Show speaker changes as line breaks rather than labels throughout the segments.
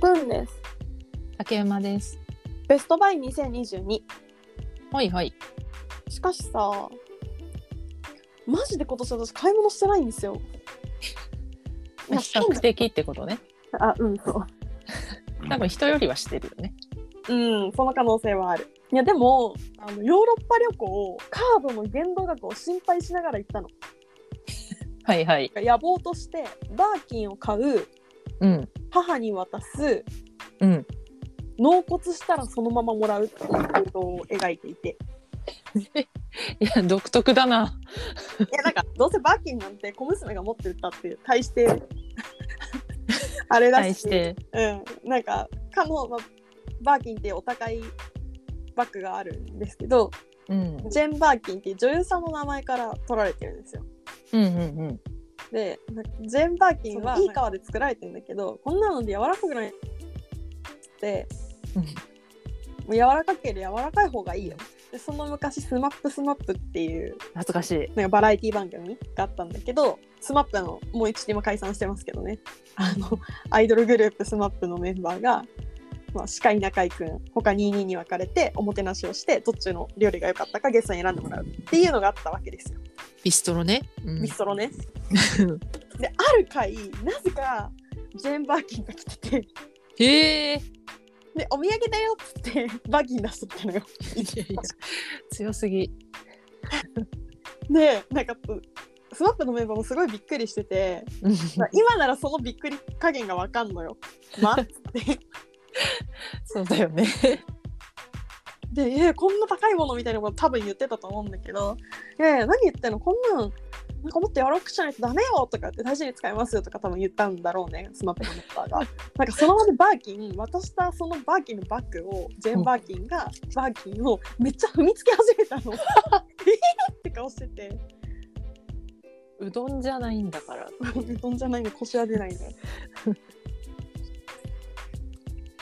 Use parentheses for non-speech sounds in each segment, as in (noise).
プーンです。
竹馬です。
ベストバイ2022。
はいはい。
しかしさ、マジで今年私買い物してないんですよ。いや
比較的ってことね。
あ、うん、そう。
多分人よりはしてるよね。
うん、その可能性はある。いや、でも、あのヨーロッパ旅行、カードの限度額を心配しながら行ったの。
はいはい。
野望として、バーキンを買う、
うん。
母に渡す、
うん。
納骨したらそのままもらうっていうことを描いていて。
いや、独特だな。
いやなんかどうせバーキンなんて小娘が持ってったっていう大して
(laughs)
あれだ
対
し
して。
うん、なんかかの、まあバーキンっていうお高いバッグがあるんですけど
うん。
ジェン・バーキンっていう女優さんの名前から取られてるんですよ。
うんうん
でなんかジェン・バーキンは
そう
いい革で作られてるんだけどこんなので柔らかくないって
うん。
もう柔らかければ柔らかい方がいいよ。でその昔スマップスマップっていう
懐かしい。
なんかバラエティ番組があったんだけど SMAP のもう一度も解散してますけどねあのアイドルグループ SMAP のメンバーが、まあ、司会中居君他22に分かれておもてなしをしてどっちの料理が良かったかゲストに選んでもらうっていうのがあったわけですよ
ビストロね。うん
ミストロ
(laughs)
ね。である回なぜかジェーン・バーキンが来てて
へえ。
でお土産だよっつってバーキン出すってのよ。
いやいや強すぎ。
でなんか SMAP のメンバーもすごいびっくりしてて
うん
まあ今ならそのびっくり加減がわかんのよ。まあ、で
(laughs) そうだよね。
で、えーこんな高いものみたいなこと多分言ってたと思うんだけど、いやいや何言ってんのこんなん、なんかもっと柔らかくしないとダメよとかって大事に使いますよとか多分言ったんだろうね、スマップのメンバーが。なんかその場でバーキン、渡したそのバーキンのバッグを、ジェーン・バーキンがバーキンをめっちゃ踏みつけ始めたの。えーって顔してて、
うどんじゃないんだから。
うどんじゃないの腰は出ないね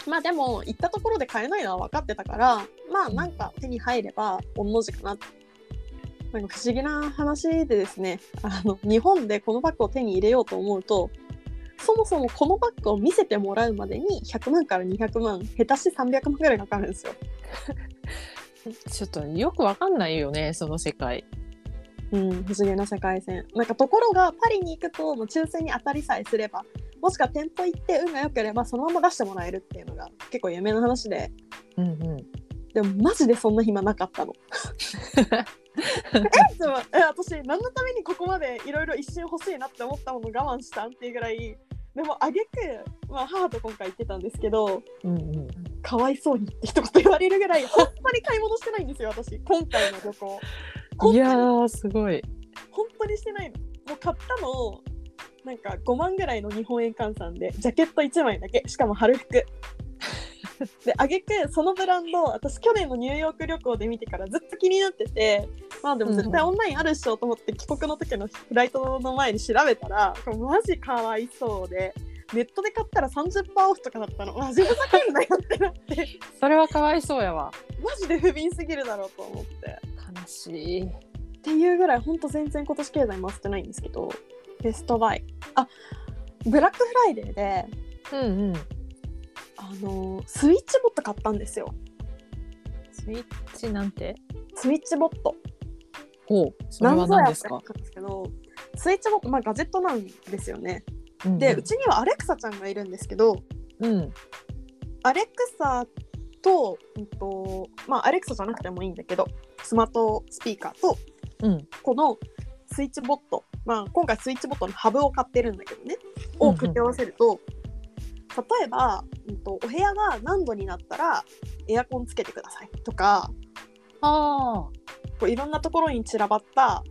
まあでも行ったところで買えないのは分かってたからまあなんか手に入れば御の字かななんか不思議な話でですねあの日本でこのバッグを手に入れようと思うとそもそもこのバッグを見せてもらうまでに100万から200万下手して300万ぐらいかかるんですよ。
ちょっとよくわかんないよね、その世界。
うん、不思議な世界線なんかところがパリに行くともう抽選に当たりさえすればもしくは店舗行って運が良ければそのまま出してもらえるっていうのが結構有名な話で
うんうん。
でもマジでそんな暇なか
(laughs)
ったの。えでもえ私何のためにここまでいろいろ一瞬欲しいなって思ったもの我慢したんっていうぐらいでもあげく、まあ、母と今回行ってたんですけど
うんうん。
かわいそうにって一言言われるぐらい本当に買い物してないんですよ私今回の旅行。本当に
いやー、すごい。
本当にしてないのもう買ったのなんか5万ぐらいの日本円換算でジャケット1枚だけしかも春服
(laughs)
であげくそのブランド私去年のニューヨーク旅行で見てからずっと気になっててまあでも絶対
うん
オンラインあるっしょと思って帰国の時のフライトの前に調べたらこれマジかわいそうでネットで買ったら30%オフとかだったのマジふざけんなよってなって
それはかわいそうやわ。
マジで不憫すぎるだろうと思って。
悲しい。
っていうぐらいほんと全然今年経済回ってないんですけどベストバイあブラックフライデーで
うんうん。
あのースイッチボット買ったんですよ
スイッチなんて
スイッチボット
おうそれは何ですか
なんぞやって買ったんですけどスイッチボットまあガジェットなんですよね
うんうん
でうちにはアレクサちゃんがいるんですけど
うん
アレクサと、うんとまあ、アレクサじゃなくてもいいんだけどスマートスピーカーと
うん
このスイッチボット、まあ、今回スイッチボットのハブを買ってるんだけどねを組み合わせると、例えば、うん、とお部屋が何度になったらエアコンつけてくださいとか
あ
こういろんなところに散らばったあ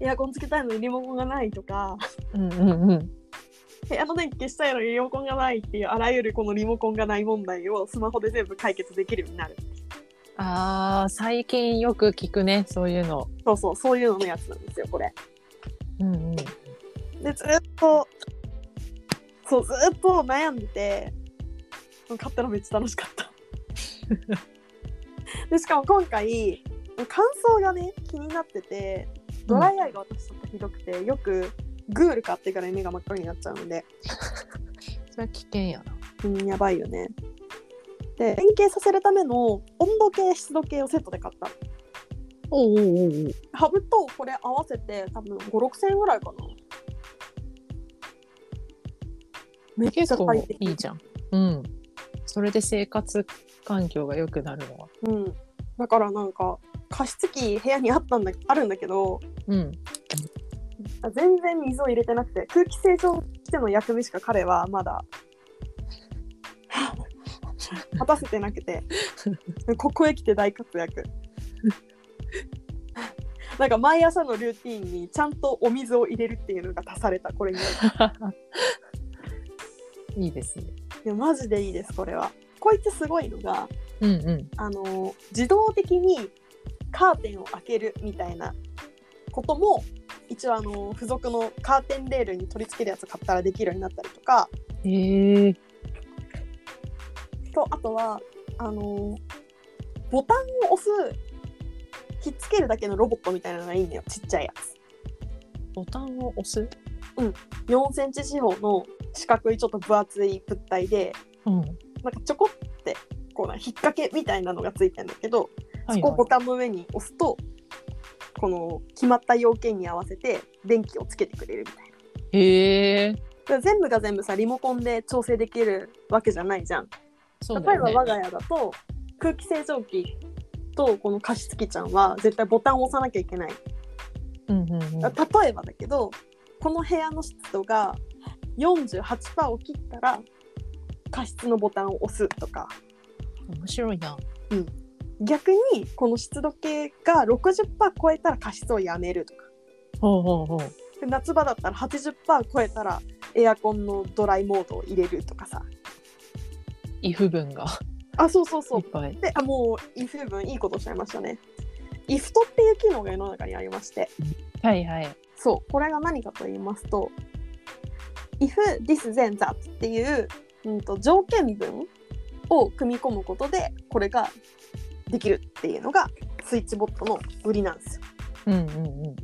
エアコンつけたいのにリモコンがないとか
あうんうんうん
部屋の電気消したいのにリモコンがないっていうあらゆるこのリモコンがない問題をスマホで全部解決できるようになる
あー最近よく聞くねそういうの
そうそうそういうののやつなんですよこれ。
うんうん
でずっとそうずっと悩んでて買ったのめっちゃ楽しかった
(laughs)
でしかも今回乾燥がね気になっててドライアイが私ちょっとひどくて、よくグール買ってから目が真っ赤になっちゃうので
それは危険やな
うん、やばいよね。で、変形させるための温度計、湿度計をセットで買った。
おうおうおう
ハブとこれ合わせて多分5、6千円ぐらいかな。
お
め
う
っち
結
ゃ
構
快
い
適。
いじゃん。うん。それで生活環境が良くなるのは。
うん。だからなんか、加湿器部屋にあったんだあるんだけど、
うん。
全然水を入れてなくて、空気清浄しての役目しか彼はまだ、果たせてなくて、ここへ来て大活躍。なんか毎朝のルーティーンにちゃんとお水を入れるっていうのが足された、これによって。
(laughs) いいですね。
いやマジでいいですこれはこいつすごいのが
うんうん。
あの自動的にカーテンを開けるみたいなことも一応あの付属のカーテンレールに取り付けるやつ買ったらできるようになったりとか
へえ。
とあとはあのボタンを押すひっつけるだけのロボットみたいなのがいいんだよちっちゃいやつ
ボタンを押す。
4センチ四方の四角いちょっと分厚い物体で
うん。
なんかちょこってこうな引っ掛けみたいなのがついてるんだけど
は
そ
い
こをボ
は。
タンの上に押すと、この決まった要件に合わせて電気をつけてくれるみたいない
へえ。。
だから全部が全部さリモコンで調整できるわけじゃないじゃん。
そうだ
例え
よ
ば
ね。
我が家だと空気清浄機とこの加湿器ちゃんは絶対ボタンを押さなきゃいけない。
うんうんうん。
例えばだけどこの部屋の湿度が48%を切ったら加湿のボタンを押すとか
面白いな。
逆にこの湿度計が60%超えたら加湿をやめるとか。
ほうほうほう。
で夏場だったら80%超えたらエアコンのドライモードを入れるとかさ
異不分が
あそうそうそ
いうっぱい。
であもう if 分いいことおっしゃいましたね if トっていう機能が世の中にありまして
はいはい。
そうこれが何かと言いますと if this then that っていう、うん、と条件文を組み込むことでこれができるっていうのがスイッチボットの売りなんですよ
うんうんうん。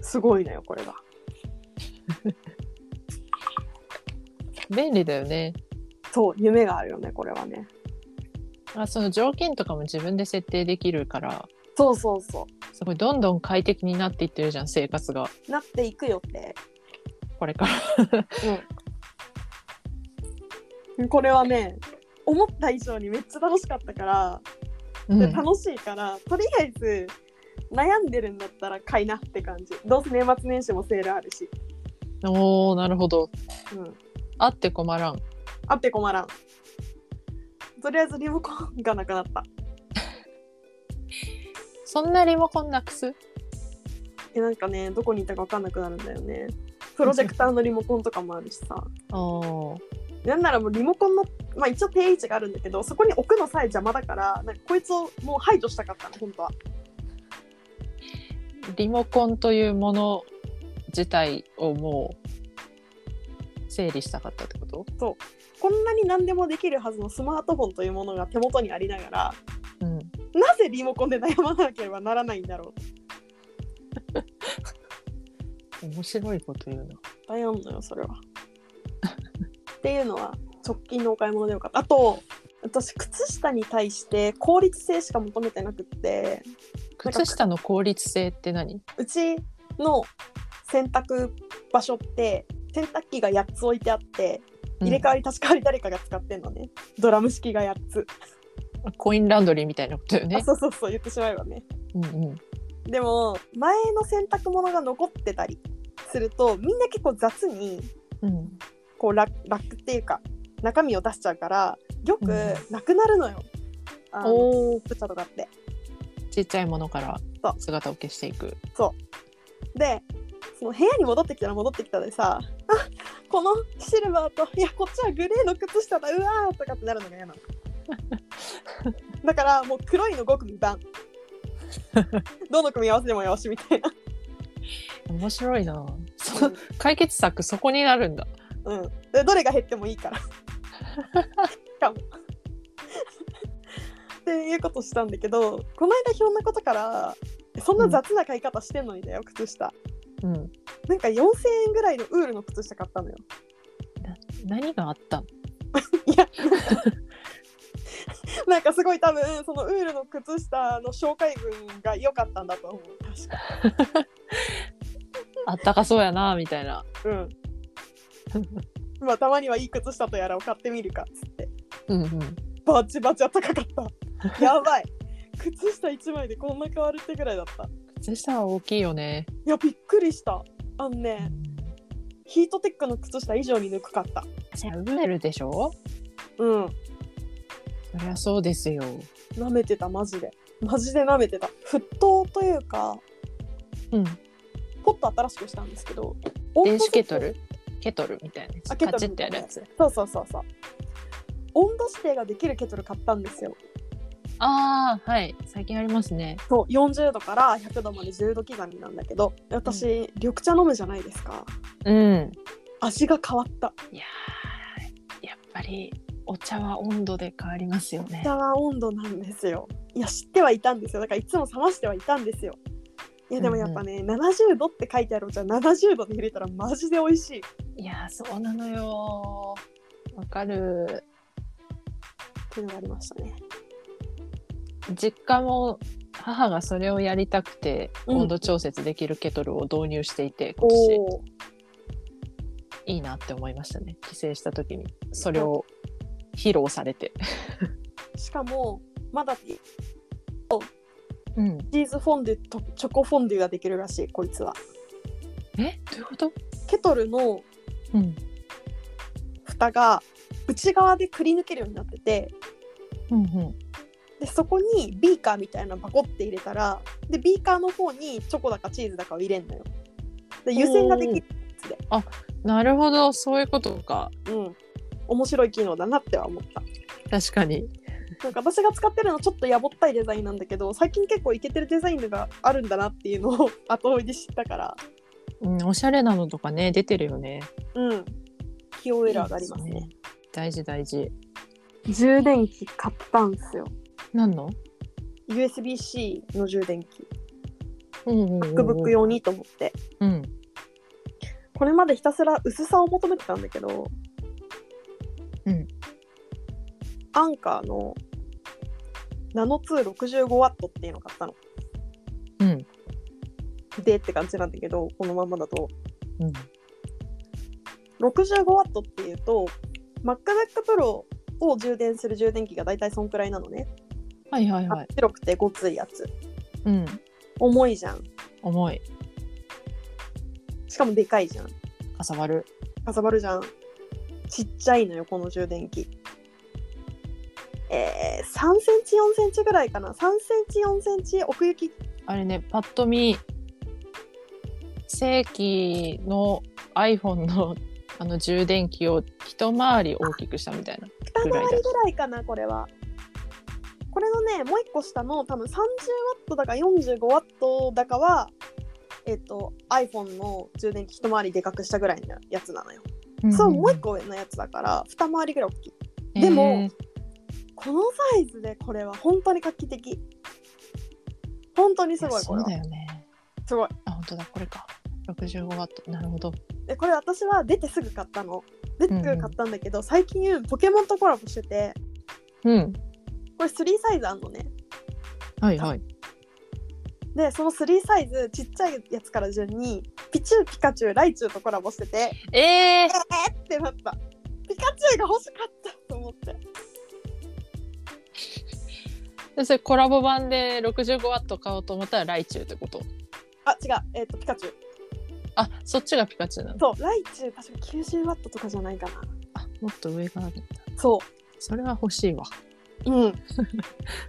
すごいのよこれが
便利だよね。
そう夢があるよねこれはね
あその条件とかも自分で設定できるから
そうそうそ
すごいどんどん快適になっていってるじゃん生活が
うなっていくよって
これから
これはね思った以上にめっちゃ楽しかったから、
うん
で楽しいからとりあえず悩んでるんだったら買いなって感じどうせ年末年始もセールあるし、
(laughs) おーなるほど
うん、
あって困らん
あって困らんとりあえずリモコンがなくなった
そんなリモコンなくす
えなんかねどこにいたか分かんなくなるんだよねプロジェクターのリモコンとかもあるしさ
おー
なんならもうリモコンの、まあ、一応定位置があるんだけどそこに置くのさえ邪魔だからなんかこいつをもう排除したかったの本当は
リモコンというもの自体をもう整理したかったってこと
こんなに何でもできるはずのスマートフォンというものが手元にありながら
うん
なぜリモコンで悩まなければならないんだろう
面白いこと言うな
悩むのよそれは。 (laughs) っていうのは直近のお買い物でよかったあと私靴下に対して効率性しか求めてなくって
靴下の効率性って何
うちの洗濯場所って洗濯機が8つ置いてあって入れ替わり立ち替わり誰かが使ってんのね、ドラム式が8つ
うんコインランドリーみたいなことよ
あ
ね
そうそうそう言ってしまえばね
うんうん
でも前の洗濯物が残ってたりするとみんな結構雑に
うん
こうララックっていうか中身を出しちゃうからよく
うん
なくなるのよ。あの
おー
靴下とかって。
ちっちゃいものから
そう
姿を消していく
でその部屋に戻ってきたら戻ってきたでさ「あこのシルバーといやこっちはグレーの靴下だうわー」とかってなるのが嫌なの。だからもう黒いの5組
(laughs)
番どの組み合わせでもよしみたいな。
面白いなそ解決策そこになるんだ
うん、でどれが減ってもいいから。かも。 (laughs) っていうことしたんだけどこの間ひょんなことからそんな雑な買い方してんのにだよ、靴下
うん
なんか4000円ぐらいのウールの靴下買ったのよ
何があったの
いや (laughs) なんかすごい多分そのウールの靴下の紹介文が良かったんだと思う確か
あったかそうやなみたいな
うんまあたまにはいい靴下とやらを買ってみるかっつって
うんうん
バチバチあったかかったやばい靴下1枚でこんな変わるってぐらいだったい
靴下は大きいよね
やびっくりしたあのねヒートテックの靴下以上にぬくかった
じゃあウールでしょ
うん
そりゃそうですよ
舐めてたマジでマジで舐めてた沸騰というか
うん
ポット新しくしたんですけど
電子ケト
温
ルケトルみたいなやつ
あケトル
カチッてやるや
度
つ
設定そうそうそうそう温度指定ができるケトル買ったんですよ
ああはい最近ありますね
そう40度から100度まで10度刻みなんだけど私、緑茶飲むじゃないですか
うん
味が変わった
いやーやっぱりお茶は温度で変わりますよね
茶は温度なんですよいや知ってはいたんですよだからいつも冷ましてはいたんですよいやでもやっぱね、70度って書いてあるお茶70度で入れたらマジで美味しい
いやーそうなのよわかる
っていうのがありましたね
実家も母がそれをやりたくて
うん
温度調節できるケトルを導入していて、今年
おお
いいなって思いましたね帰省した時にそれを披露されて、
しかもまだチ
うん、
ーズフォンデュとチョコフォンデュができるらしいこいつは
(laughs) えどういうこと、
ケトルの
うん
蓋が内側でくり抜けるようになってて
うんうん、
でそこにビーカーみたいなのバコって入れたらでビーカーの方にチョコだかチーズだかを入れんのよで湯煎ができる、
なるほどそういうことか
うん、面白い機能だなっては思った
確かに
なんか私が使ってるのはちょっとやぼったいデザインなんだけど最近結構イケてるデザインがあるんだなっていうのを後追いで知ったから
うん、おしゃれなのとかね出てるよね。
うん気負える上がりますね。
大事大事。
充電器買ったんすよ
何の？
USB-C の充電器
うんうん
MacBook 用にと思って
うん。
これまでひたすら薄さを求めてたんだけど
うん
アンカーのナノ 265W っていうの買ったの
うん。
でって感じなんだけどこのままだと
うん。
65W っていうと MacBookPro を充電する充電器がだいたいそんくらいなのね、
はいはい
あ
はい。
白くてごついやつ
うん。
重いじゃん
重い。
しかもでかいじゃん
かさばる。
かさばるじゃんちっちゃいのよこの充電器えー、3センチ4センチぐらいかな3センチ4センチ奥行き
あれねパッと見正規の iPhone の (laughs) あの充電器を一回り大きくしたみたいな。
二回りぐらいかなこれはこれのねもう一個下の多分 30W だか 45W だかはえっと iPhone の充電器一回りでかくしたぐらいのやつなのよ、そうもう一個上のやつだから二回りぐらい大きい
えー
でもこのサイズでこれは本当に画期的本当にすごい
や
こ
そ
れ
う
は
だよね。
すごい
あ本当だこれか。65ワットなるほど。
でこれ私は出てすぐ買ったの出てすぐ買ったんだけど、最近ポケモンとコラボしてて
うん。
これ3サイズあんのね
はいはい。
でその3サイズちっちゃいやつから順にピチューピカチュウライチュウとコラボしてて
えー
え、ーってなったピカチュウが欲しかったと思って
でそれコラボ版で65ワット買おうと思ったらライチュウってこと
あ違うえっ、とピカチュウ
あそっちがピカチュウなの
そうライチュウ確か90ワットとかじゃないかな
あもっと上があるんだ
そ
それは欲しいわ
ううん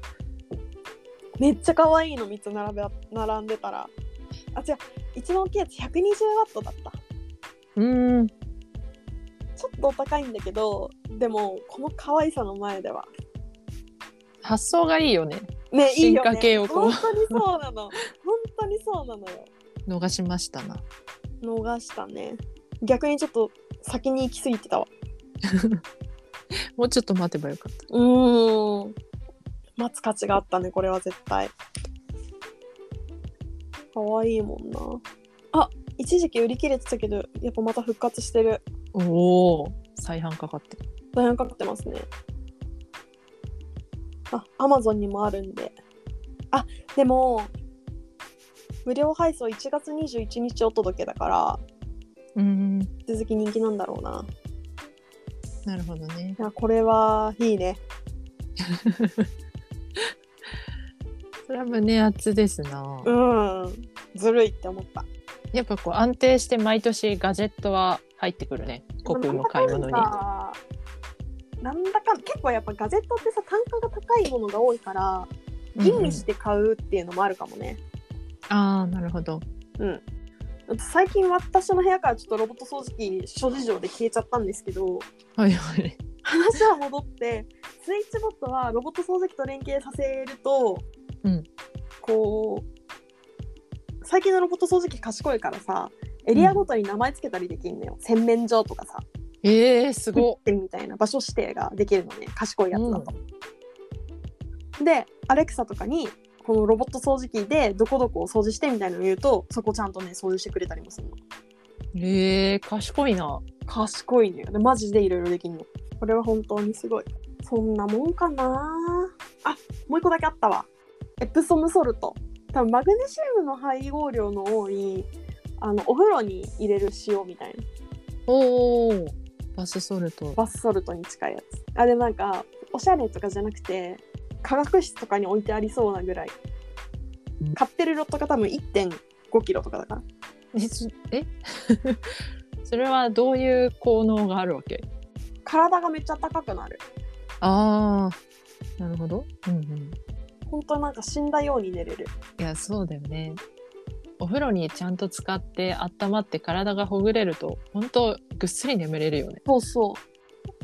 (laughs) めっちゃ可愛いの3つ並べ並んでたらあ違う一番大きいやつ120ワットだった
うーん
ちょっとお高いんだけどでもこの可愛さの前では
発想がいいよね
ねいいよ
進化系
ね
を
本
こう
当にそうなの本当にそうなのよ
逃しましたな
逃したね逆にちょっと先に行き過ぎてたわ
もうちょっと待てばよかった
うーん待つ価値があったねこれは絶対可愛いもんなあ一時期売り切れてたけどやっぱまた復活してる
おお再販かかってる
大変かかってますね。あ、アマゾンにもあるんで。あ、でも、無料配送1月21日お届けだから、
うん
引き続き人気なんだろうな。
なるほどね
いや、これはいいね。
それは胸熱ですな、
うん。ずるいって思った。
やっぱこう安定して毎年ガジェットは入ってくるね国の買い物に
なんだかんだなんだかん結構やっぱガジェットってさ単価が高いものが多いから吟味して買うっていうのもあるかもね、
うんうんああなるほど
最近私の部屋からちょっとロボット掃除機諸事情で消えちゃったんですけど
はいはい
話は戻ってスイッチボットはロボット掃除機と連携させると、
うん
こう最近のロボット掃除機賢いからさエリアごとに名前つけたりできるのよ、洗面所とかさ
えー、すごっ
店みたいな場所指定ができるのね賢いやつだと。でアレクサとかにこのロボット掃除機でどこどこを掃除してみたいなのを言うとそこちゃんとね掃除してくれたりもするの。
(laughs) えー、賢いな
賢いねでマジでいろいろできるのこれは本当にすごいそんなもんかなあもう一個だけあったわエプソムソルト多分マグネシウムの配合量の多いあのお風呂に入れる塩みたいな
おおバスソルト
バスソルトに近いやつあでもなんかおしゃれとかじゃなくて化学室とかに置いてありそうなぐらい買ってるロットが多分1 5キロとかだから
えそえ (laughs) それはどういう効能があるわけ
体がめっちゃ高くなる
ああなるほど、うんうん、
本当なんか死んだように寝れる
いやそうだよねお風呂にちゃんと使って温まって体がほぐれると本当ぐっすり眠れるよね
そうそう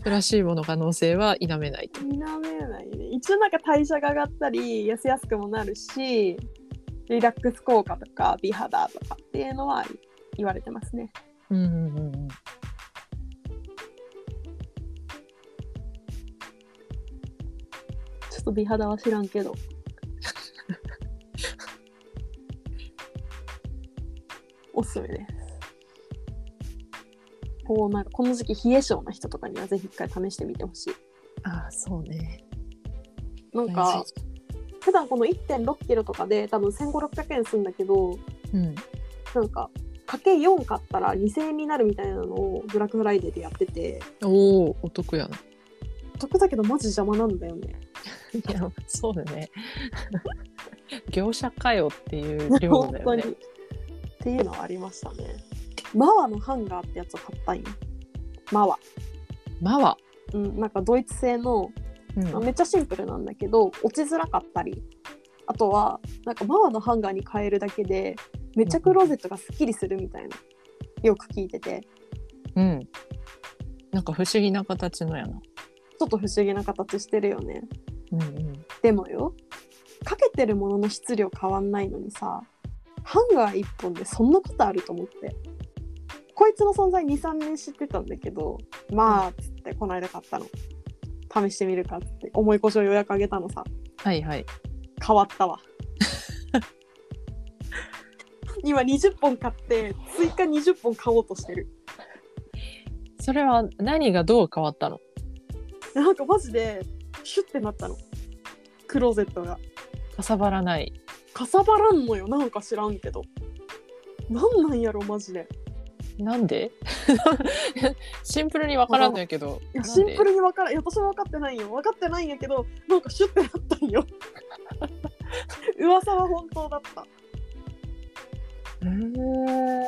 プラシーボの可能性は否めないと
否めないね一応なんか代謝が上がったり痩せやすくもなるしリラックス効果とか美肌とかっていうのは言われてますね
うんうんうんうん
ちょっと美肌は知らんけどおすすめですこうなんかこの時期冷え性な人とかにはぜひ一回試してみてほしい
ああそうね
なんか普段この1 6キロとかで多分1500600円するんだけど
うん
なんか、かけ4買ったら2000円になるみたいなのをブラックフライデーでやってて、
おおお得やな
得だけどマジ邪魔なんだよね。
(laughs) いやそうだね業者かよっていう量 (laughs) だよね
っていうのはありましたね。マワのハンガーってやつを買ったんよ。マワ。
まは、
うん、なんかドイツ製の、
うん、
めっちゃシンプルなんだけど、落ちづらかったり、あとは、なんかマワのハンガーに変えるだけで、めっちゃクローゼットがすっきりするみたいな。よく聞いてて、
うん。なんか不思議な形のやな。
ちょっと不思議な形してるよね。
うんうん。
でもよかけてるものの質量変わんないのにさハンガー1本でそんなことあると思ってこいつの存在23年知ってたんだけどまあつってこの間買ったの試してみるかっつって重い腰を予約あげたのさ
はいはい。
変わったわ (laughs) 今20本買って追加20本買おうとしてる
それは何がどう変わったの？
なんかマジでシュッてなったのクローゼットが
かさばらない。
かさばらんのよなんか知らんけどなんなんやろマジで
なんで？ (laughs) シンプルにわからんのやけど。
いや
なん
シ
で
ンプルに分からんいや私も分かってないよ分かってないんやけどなんかシュッてなったんよ (laughs) 噂は本当だった
へー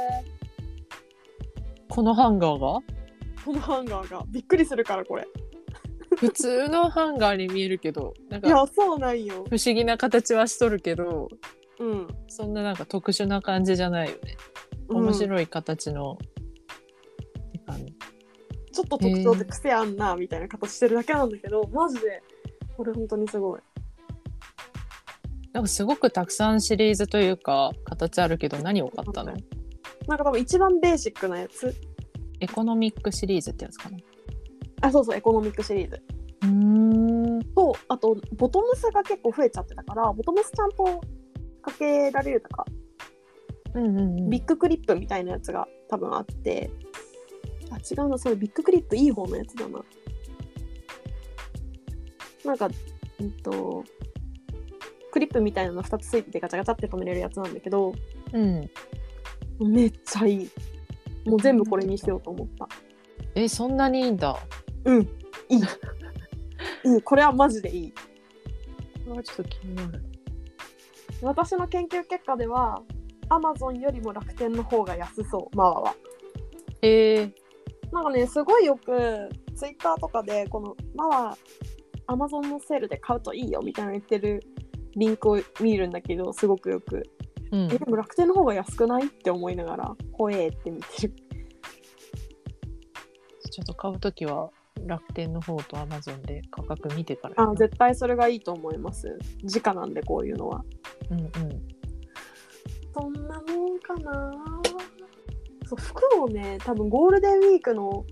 このハンガー (laughs) が？
このハンガーがびっくりするからこれ
普通のハンガーに見えるけど、なん
い
か
やそうなんよ
不思議な形はしとるけど、
うん
そんななんか特殊な感じじゃないよね。面
うん
白い形の。てかね
ちょっと特徴で癖あんなみたいな形してるだけなんだけどマジでこれ本当にすごい
なんかすごくたくさんシリーズというか形あるけど何多かったの
なんか多分一番ベーシックなやつ
エコノミックシリーズってやつかな
あそうそうエコノミックシリーズ
うん
とあとボトムスが結構増えちゃってたからボトムスちゃんとかけられるとか
うんうん
ビッグクリップみたいなやつが多分あってあ違うなそれビッグクリップいい方のやつだななんかうんとクリップみたいなの2つついててガチャガチャって止めれるやつなんだけど
うん。
めっちゃいいもう全部これにしようと思った
え、そんなにいいんだ。
うんこれはマジでいい
これちょっと気になる。
私の研究結果ではアマゾンよりも楽天の方が安そうマワは
えー、
なんかねすごいよくツイッターとかでこのマワアマゾンのセールで買うといいよみたいな言ってるリンクを見るんだけどすごくよく
うん
え。でも楽天の方が安くないって思いながら「ほえ」って見てる
ちょっと買うときは楽天の方とアマゾンで価格見てから。
あ絶対それがいいと思います直なんでこういうのは
うんうん。
そんなもんかなそう服をね多分ゴールデンウィークの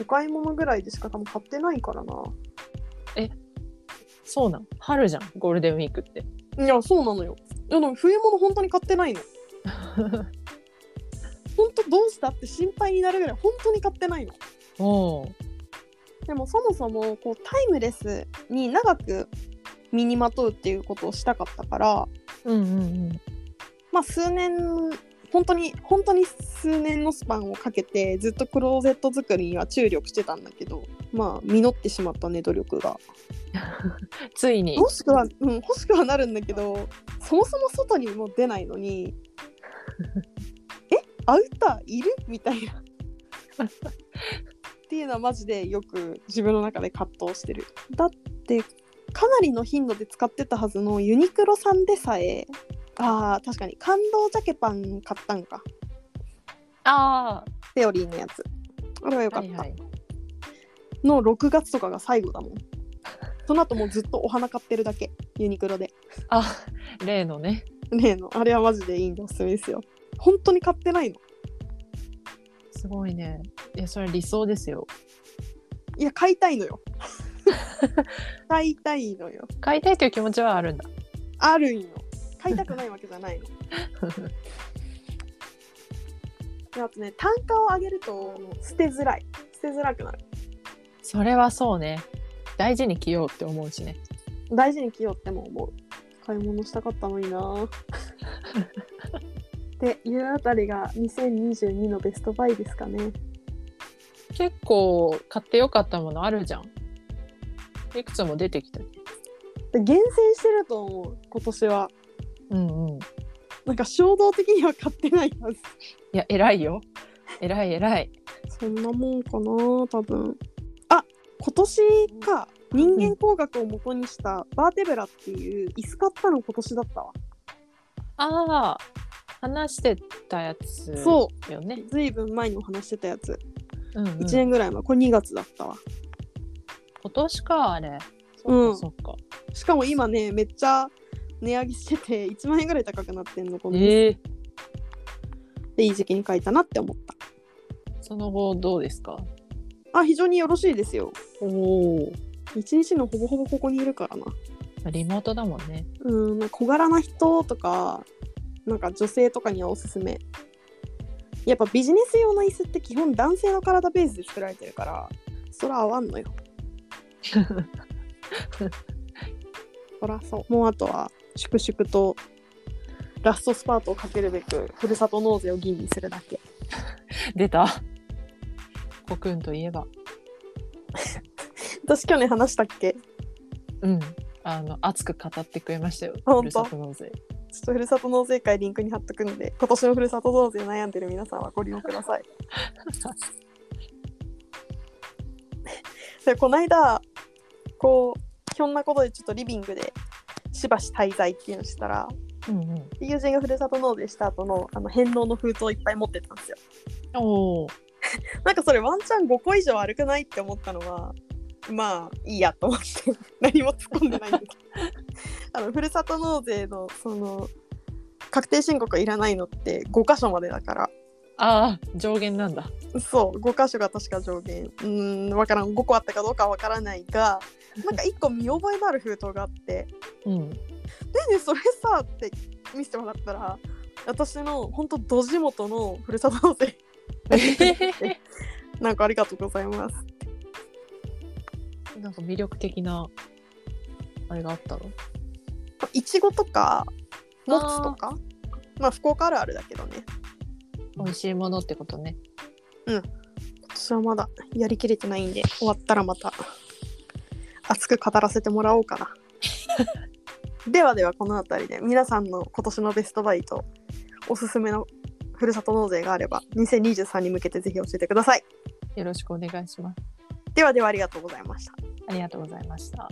お買い物ぐらいでしか多分買ってないからな
そうなん。春じゃん、ゴールデンウィークって。
いやそうなのよいやでも冬物本当に買ってないの本当どうしたって心配になるぐらい本当に買ってないの
おお。
でもそもそもこうタイムレスに長く身にまとうっていうことをしたかったから
うんうん
まあ数年本当に本当に数年のスパンをかけてずっとクローゼット作りには注力してたんだけどまあ実ってしまったね努力が
うん。ついに。
欲しくは、うん、欲しくはなるんだけどそもそも外にも出ないの
(laughs)
にえアウターいるみたいなっていうのはマジでよく自分の中で葛藤してるだってかなりの頻度で使ってたはずのユニクロさんでさえあー確かに感動ジャケパン買ったんか
あ
セオリーのやつあれはよ
あ。
か
は
った、
いはい。
の6月とかが最後だもんその後もうずっとお花買ってるだけユニクロで
あ、例のね。
ねえのあれはマジでいいんでおすすめですよ本当に買ってないの
すごいね。いや、それ理想ですよ。
いや買いたいのよ買いたいのよ
買いたいという気持ちはあるんだ。
あるんよ買いたくないわけじゃないのであとね単価を上げると捨てづらい捨てづらくなる
それはそうね。大事に着ようって思うしね。
大事に着ようっても思う買い物したかったのになっていうあたりが2022のベストバイですかね
結構買ってよかったものあるじゃん。いくつも出てきたね。
で厳選してると思う今年は
うんうん。い
なんか衝動的には買ってないはず
や、偉いよ。偉い偉い。
そんなもんかな多分あ今年か人間工学を元にしたバーテブラっていう椅子買ったの今年だったわ、
ああ、話してたやつ
そ
よね。
うずいぶん前にお話してたやつ、
うんうん、
1年ぐらい前これ2月だったわ
今年か、あれ。
う
そっ
ん
かそっか。
しかも今ねめっちゃ値上げしてて1万円ぐらい高くなってんのこの
ええ
でいい時期に買えたなって思っ
その後どうですか
たあ非常によろしいですよ
おお。
一日のほぼほぼここにいるからな
リモートだもんね。
(laughs) うんなんか小柄な人とかなんか女性とかにはおすすめやっぱビジネス用の椅子って基本男性の体ベースで作られてるからそら合わんのよそらそうもうあとは粛々とラストスパートをかけるべくふるさと納税を吟味するだけ (laughs)
出た。コクンといえば。
私去年話したっけちょ
うん。あの、熱く語ってくれましたよ。
本当
ふるさと納税。
っとふるさと納税会リンクに貼っとくんで今年のふるさと納税悩んでる皆さんはご利用くださいでこの間こうひょんなことでちょっとリビングでしばし滞在っていうのしたら (laughs)
うんうん。
友人がふるさと納税した後のあの返納の封筒をいっぱい持ってたんですよ
おお。
なんかそれワンチャン5個以上悪くないって思ったのはまあいいやと思って (laughs) 何も突っ込んでないんだけど (laughs) あのふるさと納税のその確定申告いらないのって5箇所までだから
ああ、上限なんだ。
そう5箇所が確か上限うーんわからん5個あったかどうかはわからないがなんか1個見覚えのある封筒があって (laughs)
うん。
「でねそれさ」って見せてもらったら私のほんとド地元のふるさと納税
え
(laughs) なんかありがとうございます。
なんか魅力的なあれがあったの
いちごとか、もつとか、まあ福岡あるあるだけどね。
美味しいものってことね
私はまだやりきれてないんで、終わったらまた熱く語らせてもらおうかな。ではではこの辺りで皆さんの今年のベストバイとおすすめのふるさと納税があれば2023に向けてぜひ教えてください。
よろしくお願いします
ではではありがとうございました。
ありがとうございました